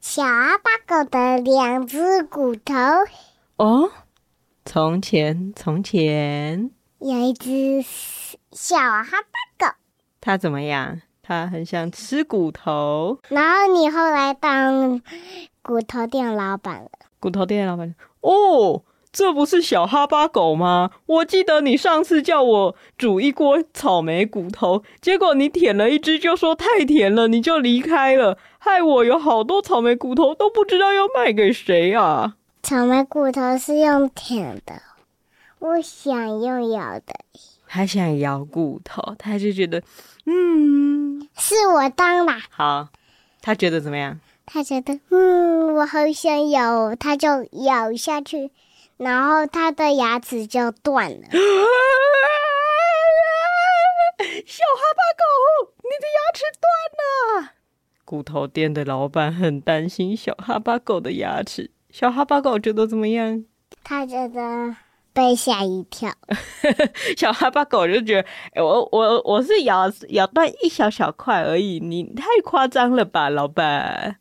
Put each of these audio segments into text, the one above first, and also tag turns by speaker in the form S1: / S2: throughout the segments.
S1: 小阿巴狗的两只骨头，
S2: 哦，从前从前，
S1: 有一只小哈巴狗，
S2: 它怎么样？它很想吃骨头。
S1: 然后你后来当骨头店老板了。
S2: 骨头店老板哦，这不是小哈巴狗吗？我记得你上次叫我煮一锅草莓骨头，结果你舔了一只就说太甜了，你就离开了，害我有好多草莓骨头都不知道要卖给谁啊！
S1: 草莓骨头是用舔的，我想用咬的，
S2: 他想咬骨头，他就觉得，嗯，
S1: 是我当啦。
S2: 好，他觉得怎么样？
S1: 他觉得，嗯，我好想咬，他就咬下去，然后他的牙齿就断了。
S2: 小哈巴狗，你的牙齿断了！骨头店的老板很担心小哈巴狗的牙齿。小哈巴狗觉得怎么样？
S1: 他觉得被吓一跳。
S2: 小哈巴狗就觉得，哎我我我是咬咬断一小小块而已，你太夸张了吧，老板。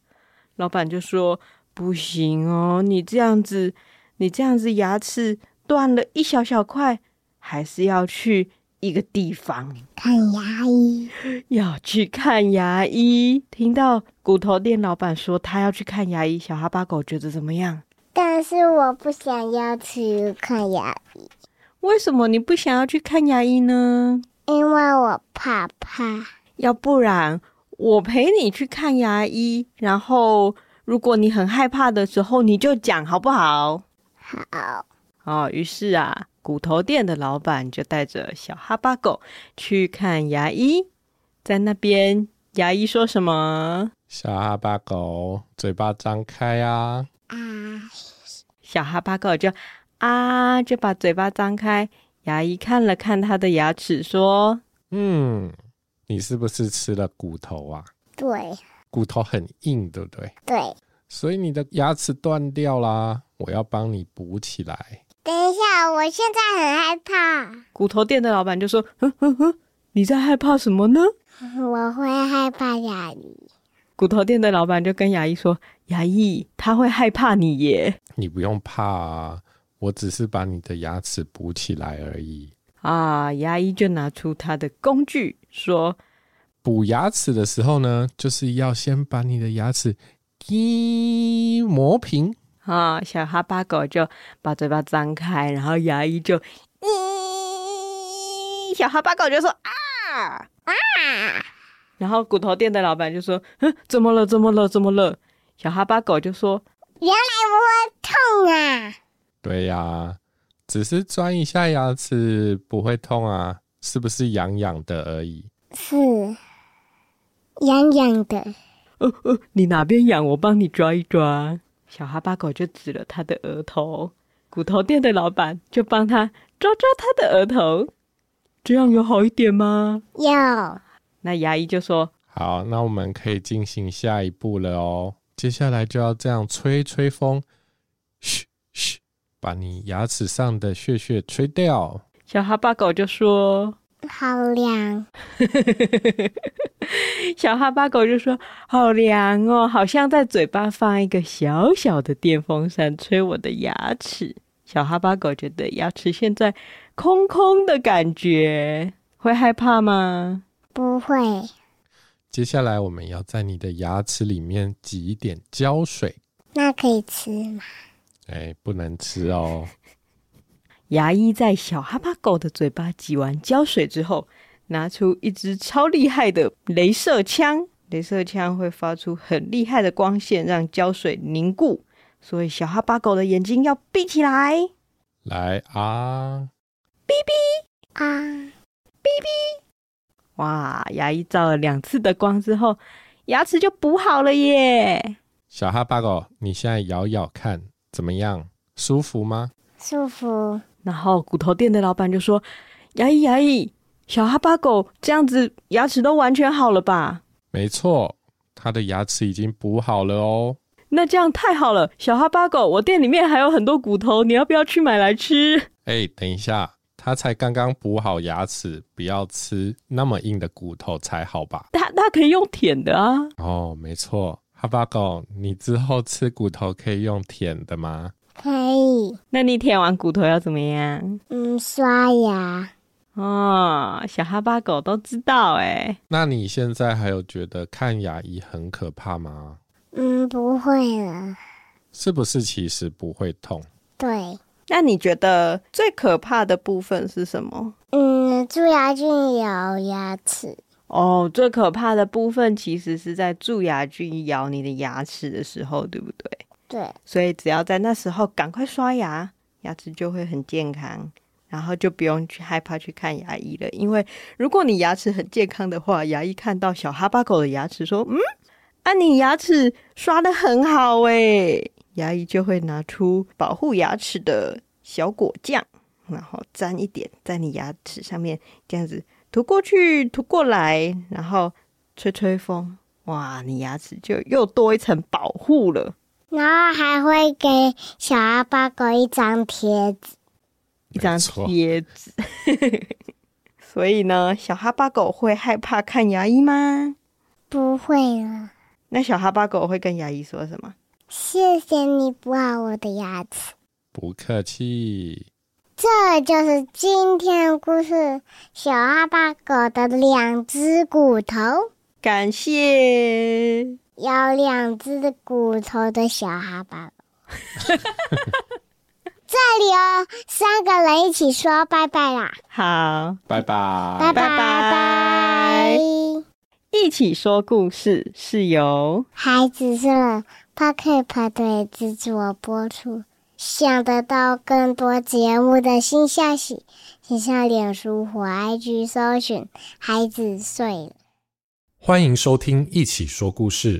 S2: 老板就说：“不行哦，你这样子，你这样子牙齿断了一小小块，还是要去一个地方。”
S1: 看牙医，
S2: 要去看牙医。听到骨头店老板说他要去看牙医，小哈巴狗觉得怎么样？
S1: 但是我不想要去看牙，
S2: 为什么你不想要去看牙医呢？
S1: 因为我怕怕。
S2: 要不然我陪你去看牙医，然后如果你很害怕的时候，你就讲好不好？
S1: 好，
S2: 哦，于是啊，骨头店的老板就带着小哈巴狗去看牙医，在那边牙医说什么？
S3: 小哈巴狗嘴巴张开啊！
S1: 啊，
S2: 小哈巴狗就啊，就把嘴巴张开。牙医看了看他的牙齿，说
S3: 嗯，你是不是吃了骨头啊？
S1: 对
S3: 骨头很硬，对不对？
S1: 对，
S3: 所以你的牙齿断掉啦，我要帮你补起来。
S1: 等一下，我现在很害怕，：“
S2: 骨头店的老板就说，哼哼哼，你在害怕什么呢
S1: 我会害怕牙医。？”
S2: 骨头店的老板就跟牙医说：“牙医，他会害怕你耶！
S3: 你不用怕啊，我只是把你的牙齿补起来而已。
S2: 啊！”牙医就拿出他的工具，说
S3: 补牙齿的时候呢，就是要先把你的牙齿给磨平。：“
S2: 啊，小哈巴狗就把嘴巴张开，然后牙医就，咦，小哈巴狗就说啊，
S1: 啊，
S2: 然后骨头店的老板就说：“嗯，怎么了？怎么了？怎么了？”小哈巴狗就说
S1: 原来我会痛啊！
S3: 对呀、只是钻一下牙齿不会痛啊，是不是痒痒的而已？
S1: 是痒痒的，：“
S2: 呃呃，你哪边痒？我帮你抓一抓。”小哈巴狗就指了他的额头，骨头店的老板就帮他抓抓他的额头，这样有好一点吗？
S1: 有
S2: 那牙医就说
S3: 好，那我们可以进行下一步了哦。接下来就要这样吹吹风，嘘嘘，把你牙齿上的屑屑吹掉。：“
S2: 小哈巴狗就说，
S1: 好凉，
S2: 小哈巴狗就说：“好凉哦，好像在嘴巴放一个小小的电风扇，吹我的牙齿。”小哈巴狗觉得牙齿现在空空的感觉，会害怕吗？
S1: 不会
S3: 接下来我们要在你的牙齿里面挤一点胶水，
S1: 那可以吃吗？
S3: 哎，不能吃哦。
S2: 牙医在小哈巴狗的嘴巴挤完胶水之后，拿出一支超厉害的镭射枪。镭射枪会发出很厉害的光线，让胶水凝固，所以小哈巴狗的眼睛要闭起来。
S3: 来啊，
S1: 啊，
S2: 哇，牙医照了两次的光之后，牙齿就补好了耶！
S3: 小哈巴狗，你现在咬咬看怎么样？舒服吗？
S1: 舒服。
S2: 然后骨头店的老板就说：“牙医，牙医，小哈巴狗这样子牙齿都完全好了吧？
S3: 没错，它的牙齿已经补好了哦。
S2: 那这样太好了，小哈巴狗，我店里面还有很多骨头，你要不要去买来吃？
S3: 哎，等一下，它才刚刚补好牙齿，不要吃那么硬的骨头才好吧？
S2: 它它可以用舔的啊。
S3: 哦，没错，哈巴狗，你之后吃骨头可以用舔的吗？
S1: 可以，
S2: 那你舔完骨头要怎么样？
S1: 嗯，刷牙。
S2: 哦，小哈巴狗都知道哎、
S3: 那你现在还有觉得看牙医很可怕吗？
S1: 嗯，不会了。
S3: 是不是其实不会痛？
S1: 对，
S2: 那你觉得最可怕的部分是什么？
S1: 嗯，蛀牙菌咬牙齿。
S2: 哦，最可怕的部分其实是在蛀牙菌咬你的牙齿的时候，对不对？
S1: 对，
S2: 所以只要在那时候赶快刷牙，牙齿就会很健康，然后就不用去害怕去看牙医了。因为如果你牙齿很健康的话，牙医看到小哈巴狗的牙齿说：“嗯，啊，你牙齿刷的很好诶。”牙医就会拿出保护牙齿的小果酱，然后沾一点在你牙齿上面，这样子涂过去、涂过来，然后吹吹风，哇，你牙齿就又多一层保护了。
S1: 然后还会给小阿巴狗一张贴纸。
S2: 一张
S3: 没错
S2: 贴纸。 所以呢，小哈巴狗会害怕看牙医吗？
S1: 不会了，
S2: 那小哈巴狗会跟牙医说什么？
S1: 谢谢你补好我的牙齿。
S3: 不客气。
S1: 这就是今天的故事：小阿巴狗的两只骨头，
S2: 感谢。
S1: 有两只的骨头的小阿巴狗。 这里哦，三个人一起说拜拜啦，
S2: 好，
S3: 拜拜，
S1: 拜
S2: 拜
S1: 拜
S2: 拜
S1: 拜。
S2: 一起说故事是由
S1: 孩子是 p o c k e t 队制作播出。想得到更多节目的新消息，请上脸书或 IG 搜寻“孩子睡了”。
S4: 欢迎收听《一起说故事》。